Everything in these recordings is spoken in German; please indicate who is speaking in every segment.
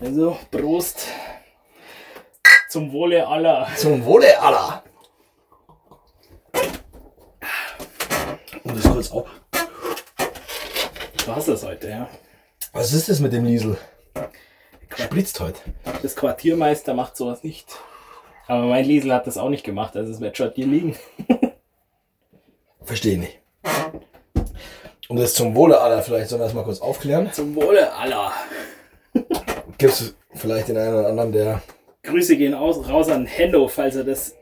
Speaker 1: Also, Prost. Zum Wohle aller.
Speaker 2: Zum Wohle aller. Und das kurz auch.
Speaker 1: Du hast das heute, ja.
Speaker 2: Was ist das mit dem Liesel? Spritzt heute.
Speaker 1: Das Quartiermeister macht sowas nicht. Aber mein Liesel hat das auch nicht gemacht, also es wird schon dir liegen.
Speaker 2: Verstehe nicht. Um das zum Wohle aller vielleicht sollen wir das mal kurz aufklären.
Speaker 1: Zum Wohle aller.
Speaker 2: Gibt es vielleicht den einen oder anderen, der
Speaker 1: Grüße gehen aus, raus an Henno, falls er das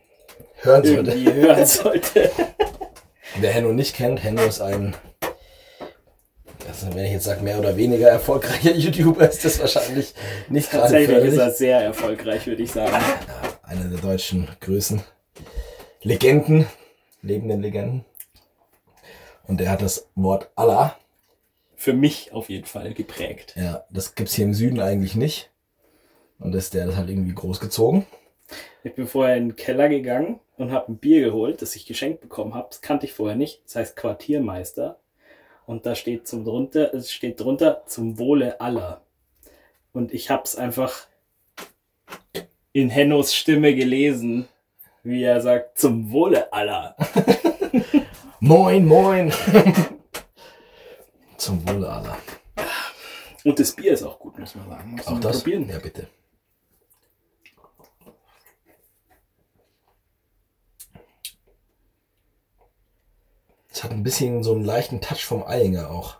Speaker 2: hören sollte?
Speaker 1: irgendwie hören sollte.
Speaker 2: Wer Henno nicht kennt, Henno ist ein, also wenn ich jetzt sage, mehr oder weniger erfolgreicher YouTuber, ist das wahrscheinlich nicht gerade
Speaker 1: Tatsächlich ist er
Speaker 2: förderlich.
Speaker 1: sehr erfolgreich, würde ich sagen.
Speaker 2: Einer der deutschen Größen. Legenden, lebenden Legenden. Und der hat das Wort Allah.
Speaker 1: Für mich auf jeden Fall geprägt.
Speaker 2: Ja, das gibt's hier im Süden eigentlich nicht. Und das, der hat das halt irgendwie großgezogen.
Speaker 1: Ich bin vorher in den Keller gegangen und habe ein Bier geholt, das ich geschenkt bekommen habe. Das kannte ich vorher nicht. Das heißt Quartiermeister. Und da steht zum drunter, es steht drunter zum Wohle aller. Und ich habe es einfach in Hennos Stimme gelesen, wie er sagt, zum Wohle aller.
Speaker 2: Moin, moin! Zum Wohle aller.
Speaker 1: Und das Bier ist auch gut, muss man sagen. Muss
Speaker 2: Auch
Speaker 1: man
Speaker 2: das?
Speaker 1: probieren.
Speaker 2: Ja, bitte. Es hat ein bisschen so einen leichten Touch vom Eyinger auch.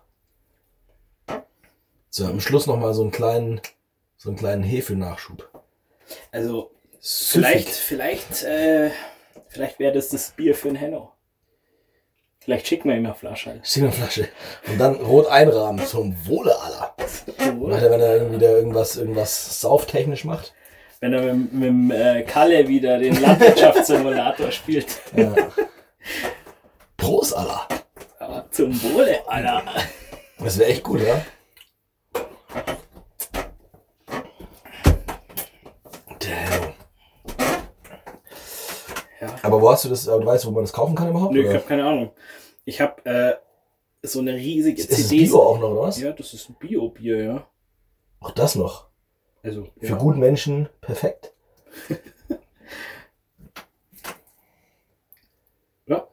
Speaker 2: So, am Schluss nochmal so einen kleinen, so einen kleinen Hefenachschub.
Speaker 1: Also
Speaker 2: Süffig.
Speaker 1: vielleicht, vielleicht, äh, vielleicht wäre das das Bier für den Henno. Vielleicht schicken wir ihm eine Flasche. Halt.
Speaker 2: Singerflasche. Und dann rot einrahmen zum Wohle aller.
Speaker 1: Zum Wohle
Speaker 2: Macht er, wenn er irgendwie da irgendwas, irgendwas sauftechnisch macht?
Speaker 1: Wenn er mit, mit dem, äh, Kalle wieder den Landwirtschaftssimulator spielt.
Speaker 2: Ja. Prost aller.
Speaker 1: Aber zum Wohle, Alter.
Speaker 2: Das wäre echt gut, ja? Damn.
Speaker 1: Ja.
Speaker 2: Aber wo hast du das, aber du weißt, wo man das kaufen kann überhaupt?
Speaker 1: Nö, ich
Speaker 2: oder?
Speaker 1: habe keine Ahnung. Ich habe äh, so eine riesige
Speaker 2: Ist es
Speaker 1: CD.
Speaker 2: Bio auch noch, oder was?
Speaker 1: Ja, das ist ein Bio-Bier, ja.
Speaker 2: Auch das noch.
Speaker 1: Also,
Speaker 2: Für
Speaker 1: ja.
Speaker 2: guten Menschen perfekt.
Speaker 1: Ja.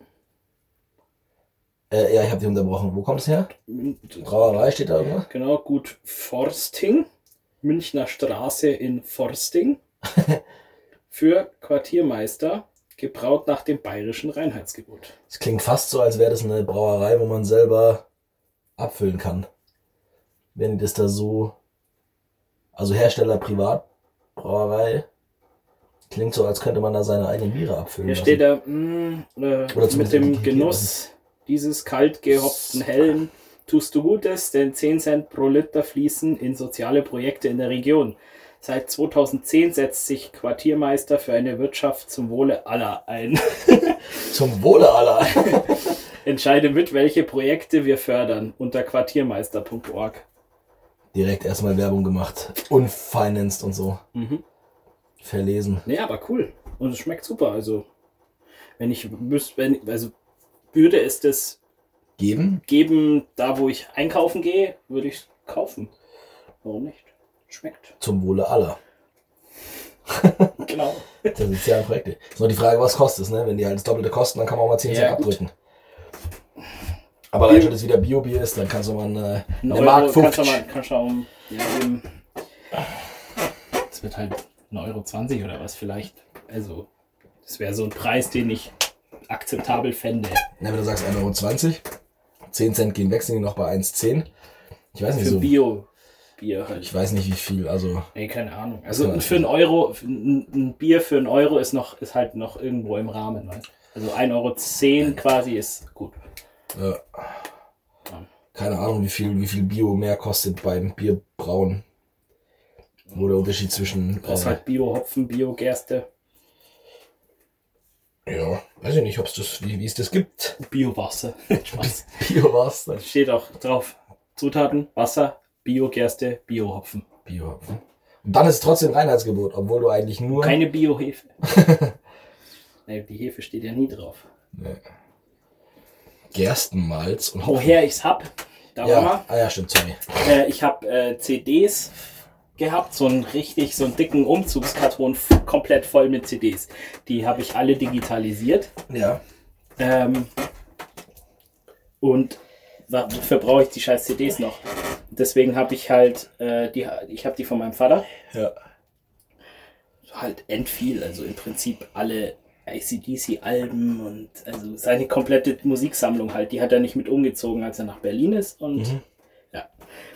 Speaker 2: Äh, ja, ich habe dich unterbrochen. Wo kommt es her? Brauerei steht da irgendwo?
Speaker 1: Genau, gut. Forsting. Münchner Straße in Forsting. Für Quartiermeister. Gebraut nach dem bayerischen Reinheitsgebot.
Speaker 2: Es klingt fast so, als wäre das eine Brauerei, wo man selber abfüllen kann. Wenn die das da so. Also Hersteller Privatbrauerei. Klingt so, als könnte man da seine eigenen Biere abfüllen.
Speaker 1: Hier
Speaker 2: lassen.
Speaker 1: steht da, mh, äh, mit
Speaker 2: zumindest
Speaker 1: dem
Speaker 2: etikettiert
Speaker 1: Genuss dieses kalt gehoppten Hellen tust du Gutes, denn 10 Cent pro Liter fließen in soziale Projekte in der Region. Seit 2010 setzt sich Quartiermeister für eine Wirtschaft zum Wohle aller ein.
Speaker 2: Zum Wohle aller.
Speaker 1: Entscheide mit, welche Projekte wir fördern unter quartiermeister.org.
Speaker 2: Direkt erstmal Werbung gemacht. Unfinanced und so.
Speaker 1: Mhm.
Speaker 2: Verlesen.
Speaker 1: Nee, aber cool. Und es schmeckt super. Also, wenn ich müsste, wenn, also würde es das
Speaker 2: Geben.
Speaker 1: geben, da wo ich einkaufen gehe, würde ich es kaufen. Warum nicht? Schmeckt.
Speaker 2: Zum Wohle aller.
Speaker 1: Genau.
Speaker 2: Der sozialen Projekte. Ist nur die Frage, was kostet es, ne? Wenn die halt das Doppelte kosten, dann kann man auch mal 10 Cent
Speaker 1: Ja, gut.
Speaker 2: abdrücken. Aber dann, wenn es wieder Bio-Bier ist, dann kannst du mal eine,
Speaker 1: Ein
Speaker 2: eine Mark
Speaker 1: Euro, kannst du
Speaker 2: 50.
Speaker 1: mal, kannst du auch, um- ja, eben. Das wird halt 1,20 Euro 20 oder was vielleicht. Also, das wäre so ein Preis, den ich akzeptabel fände.
Speaker 2: Na, wenn du sagst 1,20 Euro, 10 Cent gehen weg, sind die noch bei 1,10. Ich weiß nicht
Speaker 1: Für
Speaker 2: Also so.
Speaker 1: Bio-Bier halt.
Speaker 2: Ich weiß nicht wie viel, also
Speaker 1: Nee, keine Ahnung. Also
Speaker 2: Ja.
Speaker 1: für einen Euro, für ein ein Bier für einen Euro ist noch, ist halt noch irgendwo im Rahmen. Weißt? Also 1,10 Euro quasi ist gut.
Speaker 2: äh, keine Ahnung, wie viel, wie viel Bio mehr kostet beim Bierbrauen. Wo der Unterschied zwischen.
Speaker 1: Du brauchst
Speaker 2: Äh,
Speaker 1: halt Bio-Hopfen, Bio-Gerste,
Speaker 2: ja, weiß ich nicht, ob's das, wie, wie es das gibt.
Speaker 1: Bio-Wasser. Spaß.
Speaker 2: Bio war's dann.
Speaker 1: Steht auch drauf. Zutaten, Wasser, Bio-Gerste, Bio-Hopfen.
Speaker 2: Bio. hm. Und dann ist es trotzdem Reinheitsgebot, obwohl du eigentlich nur.
Speaker 1: Keine Bio-Hefe. nee, die Hefe steht ja nie drauf.
Speaker 2: Gerstenmalz
Speaker 1: Oh,
Speaker 2: und Hopfen.
Speaker 1: Woher ich's hab, da war
Speaker 2: Ja,
Speaker 1: mal.
Speaker 2: ah, ja, stimmt, sorry.
Speaker 1: Äh, ich hab äh, CDs gehabt, so einen richtig, so einen dicken Umzugskarton f- komplett voll mit CDs. Die habe ich alle digitalisiert.
Speaker 2: Ja.
Speaker 1: Ähm, und wa- wofür brauche ich die scheiß CDs noch? Deswegen habe ich halt, äh, die, ich habe die von meinem Vater,
Speaker 2: Ja.
Speaker 1: halt endviel, also im Prinzip alle ACDC-Alben und also seine komplette Musiksammlung halt, die hat er nicht mit umgezogen, als er nach Berlin ist und
Speaker 2: Mhm.
Speaker 1: Ja.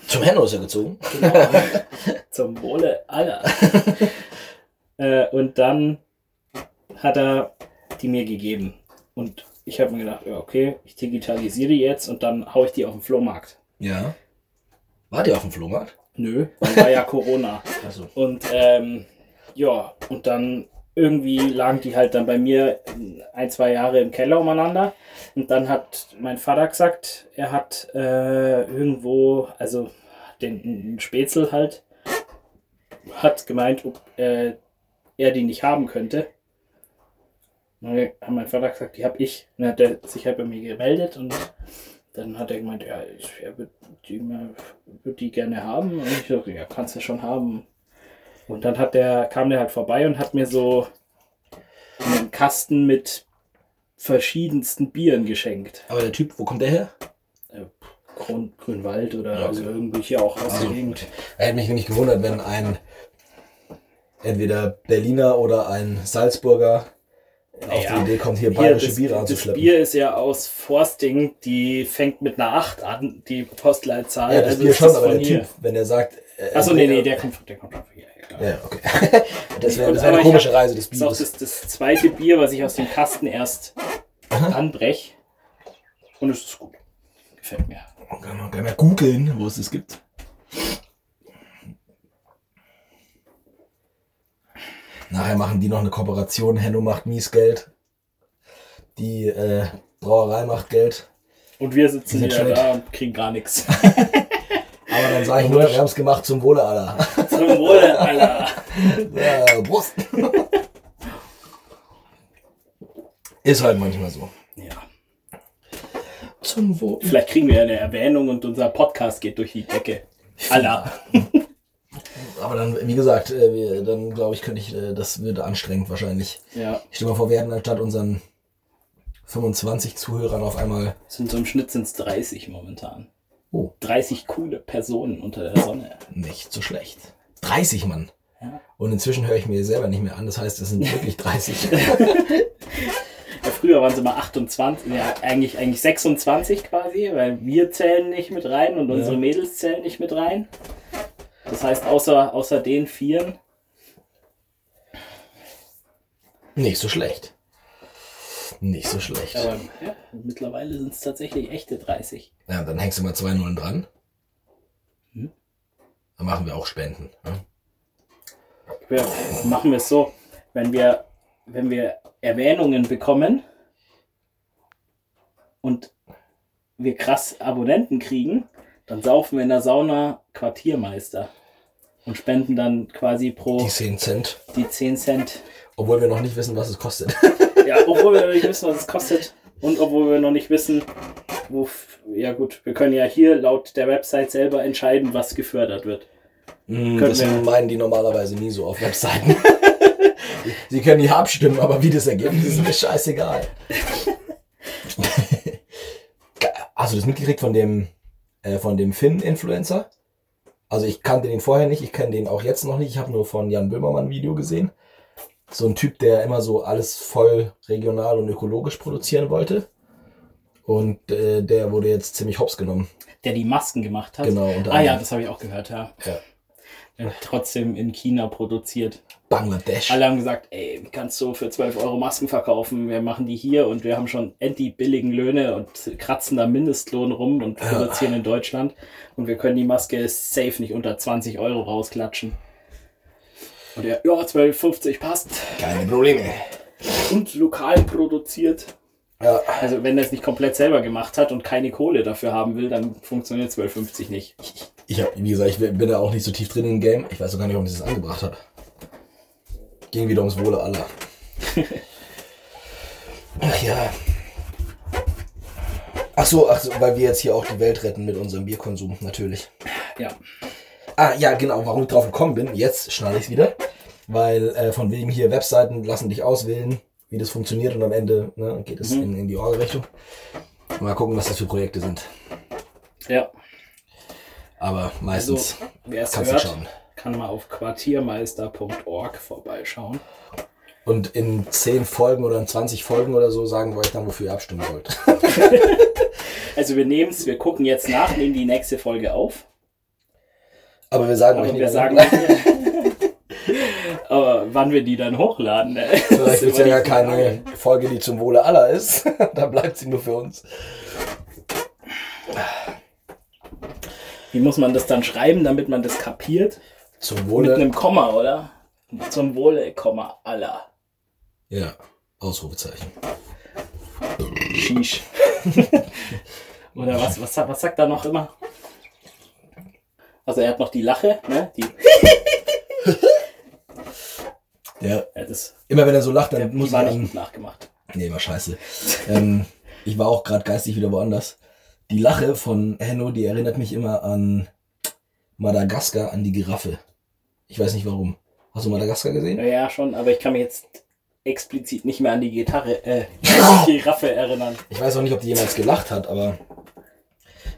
Speaker 2: Zum Henno ist er gezogen.
Speaker 1: Genau. Zum Wohle aller. äh, und dann hat er die mir gegeben. Und ich habe mir gedacht, ja, okay, ich digitalisiere die jetzt und dann haue ich die auf den Flohmarkt.
Speaker 2: Ja. War die auf dem Flohmarkt?
Speaker 1: Nö, weil war ja Corona.
Speaker 2: Achso.
Speaker 1: Und ähm, ja, und dann irgendwie lagen die halt dann bei mir ein, zwei Jahre im Keller umeinander. Und dann hat mein Vater gesagt, er hat äh, irgendwo, also den Spätzle halt, hat gemeint, ob äh, er die nicht haben könnte. Und dann hat mein Vater gesagt, die hab ich. Und dann hat er sich halt bei mir gemeldet und dann hat er gemeint, ja, ich, er würde die, mir- würd die gerne haben. Und ich so, ja, kannst du schon haben. Und dann hat der, kam der halt vorbei und hat mir so einen Kasten mit verschiedensten Bieren geschenkt.
Speaker 2: Aber der Typ, wo kommt der her?
Speaker 1: Grün, Grünwald oder
Speaker 2: Ja,
Speaker 1: also
Speaker 2: okay.
Speaker 1: irgendwelche auch aus der
Speaker 2: Also,
Speaker 1: Gegend.
Speaker 2: Er hätte mich nämlich gewundert, wenn ein entweder Berliner oder ein Salzburger auf
Speaker 1: Naja,
Speaker 2: die Idee kommt, hier
Speaker 1: Hier,
Speaker 2: bayerische
Speaker 1: das,
Speaker 2: Biere
Speaker 1: das
Speaker 2: anzuschleppen.
Speaker 1: Bier ist ja aus Forsting, die fängt mit einer 8 an, die Postleitzahl.
Speaker 2: ja, das
Speaker 1: also
Speaker 2: Bier
Speaker 1: ist
Speaker 2: schon,
Speaker 1: das
Speaker 2: aber
Speaker 1: von
Speaker 2: der
Speaker 1: hier.
Speaker 2: Typ, wenn er sagt. Äh,
Speaker 1: Achso, nee, nee, der kommt von der kommt von hier. Ja, klar.
Speaker 2: Ja, okay. das wäre
Speaker 1: Und-
Speaker 2: das wär eine
Speaker 1: aber ich
Speaker 2: komische
Speaker 1: hab-
Speaker 2: Reise des
Speaker 1: Das ist auch
Speaker 2: Bieres.
Speaker 1: das, das zweite Bier, was ich aus dem Kasten erst anbrech. Und es ist gut. Gefällt mir.
Speaker 2: Kann man, kann man googeln, wo es das gibt. Nachher machen die noch eine Kooperation. Henno macht mies Geld. Die äh, Brauerei macht Geld.
Speaker 1: Und wir sitzen
Speaker 2: Ist nicht
Speaker 1: hier
Speaker 2: schlecht.
Speaker 1: da und kriegen gar nichts.
Speaker 2: Aber dann sage ich nur, wir haben es gemacht zum Wohle aller.
Speaker 1: Zum Wohle, Alter.
Speaker 2: Äh, Brust. Ist halt manchmal so.
Speaker 1: Ja.
Speaker 2: Zum Wohle.
Speaker 1: Vielleicht kriegen wir ja eine Erwähnung und unser Podcast geht durch die Decke. Alla.
Speaker 2: Aber dann, wie gesagt, äh, wir, dann glaube ich, könnte ich, äh, das wird anstrengend wahrscheinlich.
Speaker 1: Ja.
Speaker 2: Ich stell mal vor, wir hätten anstatt unseren 25 Zuhörern auf einmal.
Speaker 1: Sind so im Schnitt sind es 30 momentan.
Speaker 2: Oh,
Speaker 1: 30 coole Personen unter der Sonne.
Speaker 2: nicht so schlecht. 30 Mann.
Speaker 1: Ja.
Speaker 2: Und inzwischen höre ich mir selber nicht mehr an. Das heißt, es sind wirklich 30.
Speaker 1: Ja, früher waren es immer 28, ja, eigentlich, eigentlich 26 quasi, weil wir zählen nicht mit rein und unsere
Speaker 2: Ja.
Speaker 1: Mädels zählen nicht mit rein. Das heißt, außer, außer den Vieren.
Speaker 2: nicht so schlecht. Nicht so schlecht.
Speaker 1: Aber ja, mittlerweile sind es tatsächlich echte 30.
Speaker 2: Ja, dann hängst du mal zwei Nullen dran.
Speaker 1: Mhm.
Speaker 2: Dann machen wir auch Spenden. Ne?
Speaker 1: Wir machen wir es so, wenn wir, wenn wir Erwähnungen bekommen und wir krass Abonnenten kriegen, dann saufen wir in der Sauna Quartiermeister und spenden dann quasi pro
Speaker 2: Die 10 Cent.
Speaker 1: die 10 Cent.
Speaker 2: Obwohl wir noch nicht wissen, was es kostet.
Speaker 1: Ja, obwohl wir noch nicht wissen, was es kostet und obwohl wir noch nicht wissen, wo, ja gut, wir können ja hier laut der Website selber entscheiden, was gefördert wird.
Speaker 2: Mm,
Speaker 1: Können
Speaker 2: das
Speaker 1: wir-
Speaker 2: meinen die normalerweise nie so auf Webseiten. Sie können ja abstimmen, aber wie das Ergebnis ist, ist mir scheißegal. Hast du das mitgekriegt von dem, äh, von dem Finn-Influencer? Also ich kannte den vorher nicht, ich kenne den auch jetzt noch nicht. Ich habe nur von Jan Böhmermann ein Video gesehen. So ein Typ, der immer so alles voll regional und ökologisch produzieren wollte. Und äh, der wurde jetzt ziemlich hops genommen.
Speaker 1: Der die Masken gemacht hat.
Speaker 2: Genau, unter
Speaker 1: Ah ja,
Speaker 2: anderem.
Speaker 1: das habe ich auch gehört, ja.
Speaker 2: Ja.
Speaker 1: Und Trotzdem in China produziert.
Speaker 2: Bangladesch.
Speaker 1: Alle haben gesagt, ey, wie kannst du für 12 Euro Masken verkaufen? Wir machen die hier und wir haben schon endlich billigen Löhne und kratzen da Mindestlohn rum und produzieren in Deutschland. Und wir können die Maske safe nicht unter 20 Euro rausklatschen. Und er, ja, 12,50 passt.
Speaker 2: Keine Probleme.
Speaker 1: Und lokal produziert.
Speaker 2: Ja.
Speaker 1: Also wenn er es nicht komplett selber gemacht hat und keine Kohle dafür haben will, dann funktioniert 12,50 nicht.
Speaker 2: Ich hab, wie gesagt, ich bin da auch nicht so tief drin im Game. Ich weiß auch gar nicht, ob ich das angebracht habe. Ging wieder ums Wohle aller. Ach ja. Ach so, ach so, weil wir jetzt hier auch die Welt retten mit unserem Bierkonsum, natürlich.
Speaker 1: Ja.
Speaker 2: Ah, ja, genau, warum ich drauf gekommen bin. Jetzt schnalle ich es wieder. Weil äh, von wegen hier Webseiten lassen dich auswählen, wie das funktioniert und am Ende ne, geht es
Speaker 1: Mhm.
Speaker 2: in, in die Orga-Richtung. Mal gucken, was das für Projekte sind.
Speaker 1: Ja, Also,
Speaker 2: Aber meistens
Speaker 1: wer es
Speaker 2: kannst du
Speaker 1: hört,
Speaker 2: schauen.
Speaker 1: kann mal auf quartiermeister.org vorbeischauen.
Speaker 2: Und in 10 Folgen oder in 20 Folgen oder so sagen wir euch dann, wofür ihr abstimmen wollt.
Speaker 1: Also wir nehmen es, wir gucken jetzt nach, nehmen die nächste Folge auf.
Speaker 2: Aber wir sagen euch
Speaker 1: Aber
Speaker 2: nicht,
Speaker 1: wir sagen aber wann wir die dann hochladen. Ne? Das
Speaker 2: vielleicht
Speaker 1: ist
Speaker 2: gibt es
Speaker 1: immer
Speaker 2: ja gar
Speaker 1: die Frage.
Speaker 2: keine Folge, die zum Wohle aller ist. dann bleibt sie nur für uns.
Speaker 1: Wie muss man das dann schreiben, damit man das kapiert?
Speaker 2: Zum
Speaker 1: Mit
Speaker 2: Wohle.
Speaker 1: einem Komma, oder? Zum Wohle, Komma, aller.
Speaker 2: Ja, Ausrufezeichen.
Speaker 1: Sheesh. oder was, was, was sagt er noch immer? Also er hat noch die Lache, ne? Die,
Speaker 2: Ja,
Speaker 1: ja, das,
Speaker 2: immer wenn er so lacht, dann
Speaker 1: der,
Speaker 2: muss
Speaker 1: die
Speaker 2: ich
Speaker 1: war nicht
Speaker 2: an,
Speaker 1: gut nachgemacht.
Speaker 2: Nee, war scheiße. ähm, ich war auch gerade geistig wieder woanders. Die Lache von Henno, die erinnert mich immer an Madagaskar, an die Giraffe. Ich weiß nicht warum. Hast du Madagaskar gesehen?
Speaker 1: Ja, schon, aber ich kann mich jetzt explizit nicht mehr an die Gitarre, äh,
Speaker 2: Oh.
Speaker 1: Giraffe erinnern.
Speaker 2: Ich weiß auch nicht, ob die jemals gelacht hat, aber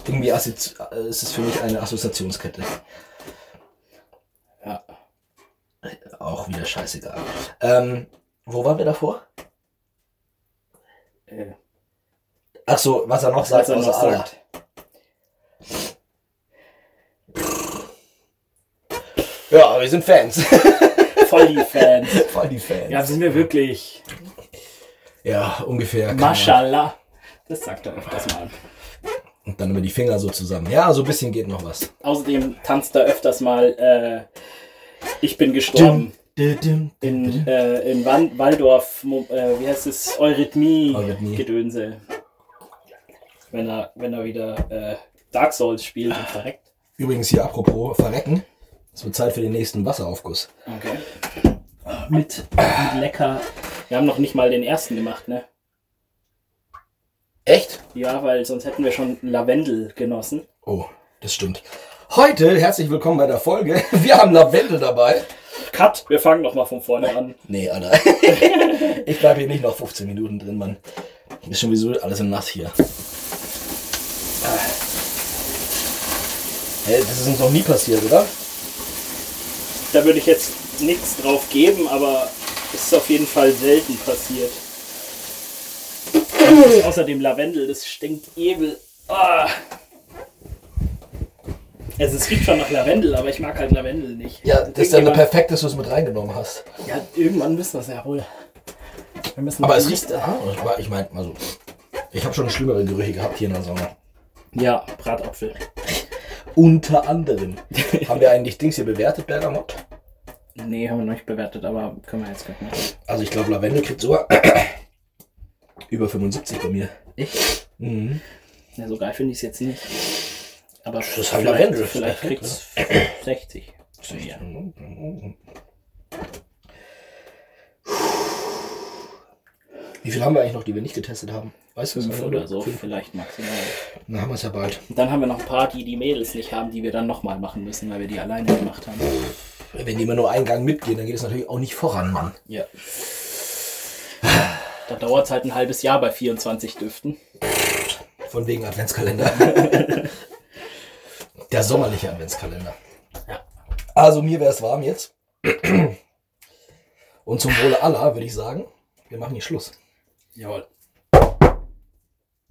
Speaker 2: irgendwie assozi- äh, ist es für mich eine Assoziationskette.
Speaker 1: Ja.
Speaker 2: Auch wieder scheißegal. Ähm, wo waren wir davor?
Speaker 1: Äh,
Speaker 2: Ach so, was er noch sagt,
Speaker 1: er
Speaker 2: was
Speaker 1: noch
Speaker 2: er Allah.
Speaker 1: sagt.
Speaker 2: Ja, aber wir sind Fans.
Speaker 1: Voll die Fans.
Speaker 2: Voll die Fans.
Speaker 1: Ja, sind wir wirklich.
Speaker 2: Ja, ungefähr. keine Ahnung.
Speaker 1: Mashallah. Das sagt er öfters mal.
Speaker 2: Und dann immer die Finger so zusammen. Ja, so ein bisschen geht noch was.
Speaker 1: Außerdem tanzt er öfters mal äh, Ich bin
Speaker 2: Ähm,
Speaker 1: gestorben. In, äh, in Wan Waldorf, Mo- äh, wie heißt es,
Speaker 2: Eurythmie.
Speaker 1: Eurythmie-Gedönse. Wenn er, wenn er wieder äh, Dark Souls spielt und verreckt.
Speaker 2: Übrigens hier apropos verrecken. Es wird Zeit für den nächsten Wasseraufguss.
Speaker 1: Okay. Mit, mit lecker. Wir haben noch nicht mal den ersten gemacht, ne?
Speaker 2: Echt?
Speaker 1: Ja, weil sonst hätten wir schon Lavendel genossen.
Speaker 2: Oh, das stimmt. Heute herzlich willkommen bei der Folge. Wir haben Lavendel dabei.
Speaker 1: Cut, wir fangen nochmal von vorne an.
Speaker 2: Nee, Alter. ich bleibe hier nicht noch 15 Minuten drin, Mann. Ist schon wieso alles im Nass hier. Ah. Hey, das ist uns noch nie passiert, oder?
Speaker 1: Da würde ich jetzt nichts drauf geben, aber es ist auf jeden Fall selten passiert. Außerdem Lavendel, das stinkt ebel. Ah. Also es riecht schon nach Lavendel, aber ich mag halt Lavendel nicht.
Speaker 2: Ja, das ist ja eine
Speaker 1: Irgendjemand-
Speaker 2: perfekte, dass du es mit reingenommen hast.
Speaker 1: Ja, irgendwann müssen wir es ja holen. Wir müssen
Speaker 2: Aber es riecht. Aha, aber ich meine, also, ich habe schon schlimmere Gerüche gehabt hier in der Sauna.
Speaker 1: Ja, Bratapfel.
Speaker 2: Unter anderem. haben wir eigentlich Dings hier bewertet, Bergamot?
Speaker 1: Nee, haben wir noch nicht bewertet, aber können wir jetzt gleich machen.
Speaker 2: Also ich glaube, Lavendel kriegt sogar über 75 bei mir.
Speaker 1: Echt?
Speaker 2: Mhm.
Speaker 1: Ja, so geil finde ich es jetzt nicht. Aber das
Speaker 2: ist halt
Speaker 1: vielleicht,
Speaker 2: Lavendel.
Speaker 1: vielleicht kriegt es 60. So, ja.
Speaker 2: Wie viel haben wir eigentlich noch, die wir nicht getestet haben? Weißt du es
Speaker 1: Fünf
Speaker 2: noch,
Speaker 1: oder so,
Speaker 2: Fünf.
Speaker 1: vielleicht maximal.
Speaker 2: Dann haben wir es ja bald.
Speaker 1: Und dann haben wir noch ein paar, die die Mädels nicht haben, die wir dann nochmal machen müssen, weil wir die alleine gemacht haben.
Speaker 2: Wenn die immer nur einen Gang mitgehen, dann geht es natürlich auch nicht voran, Mann.
Speaker 1: Ja. Da dauert es halt ein halbes Jahr bei 24 Düften.
Speaker 2: Von wegen Adventskalender. Der sommerliche Adventskalender.
Speaker 1: Ja.
Speaker 2: Also mir wäre es warm jetzt. Und zum Wohle aller würde ich sagen, wir machen hier Schluss.
Speaker 1: Jawohl.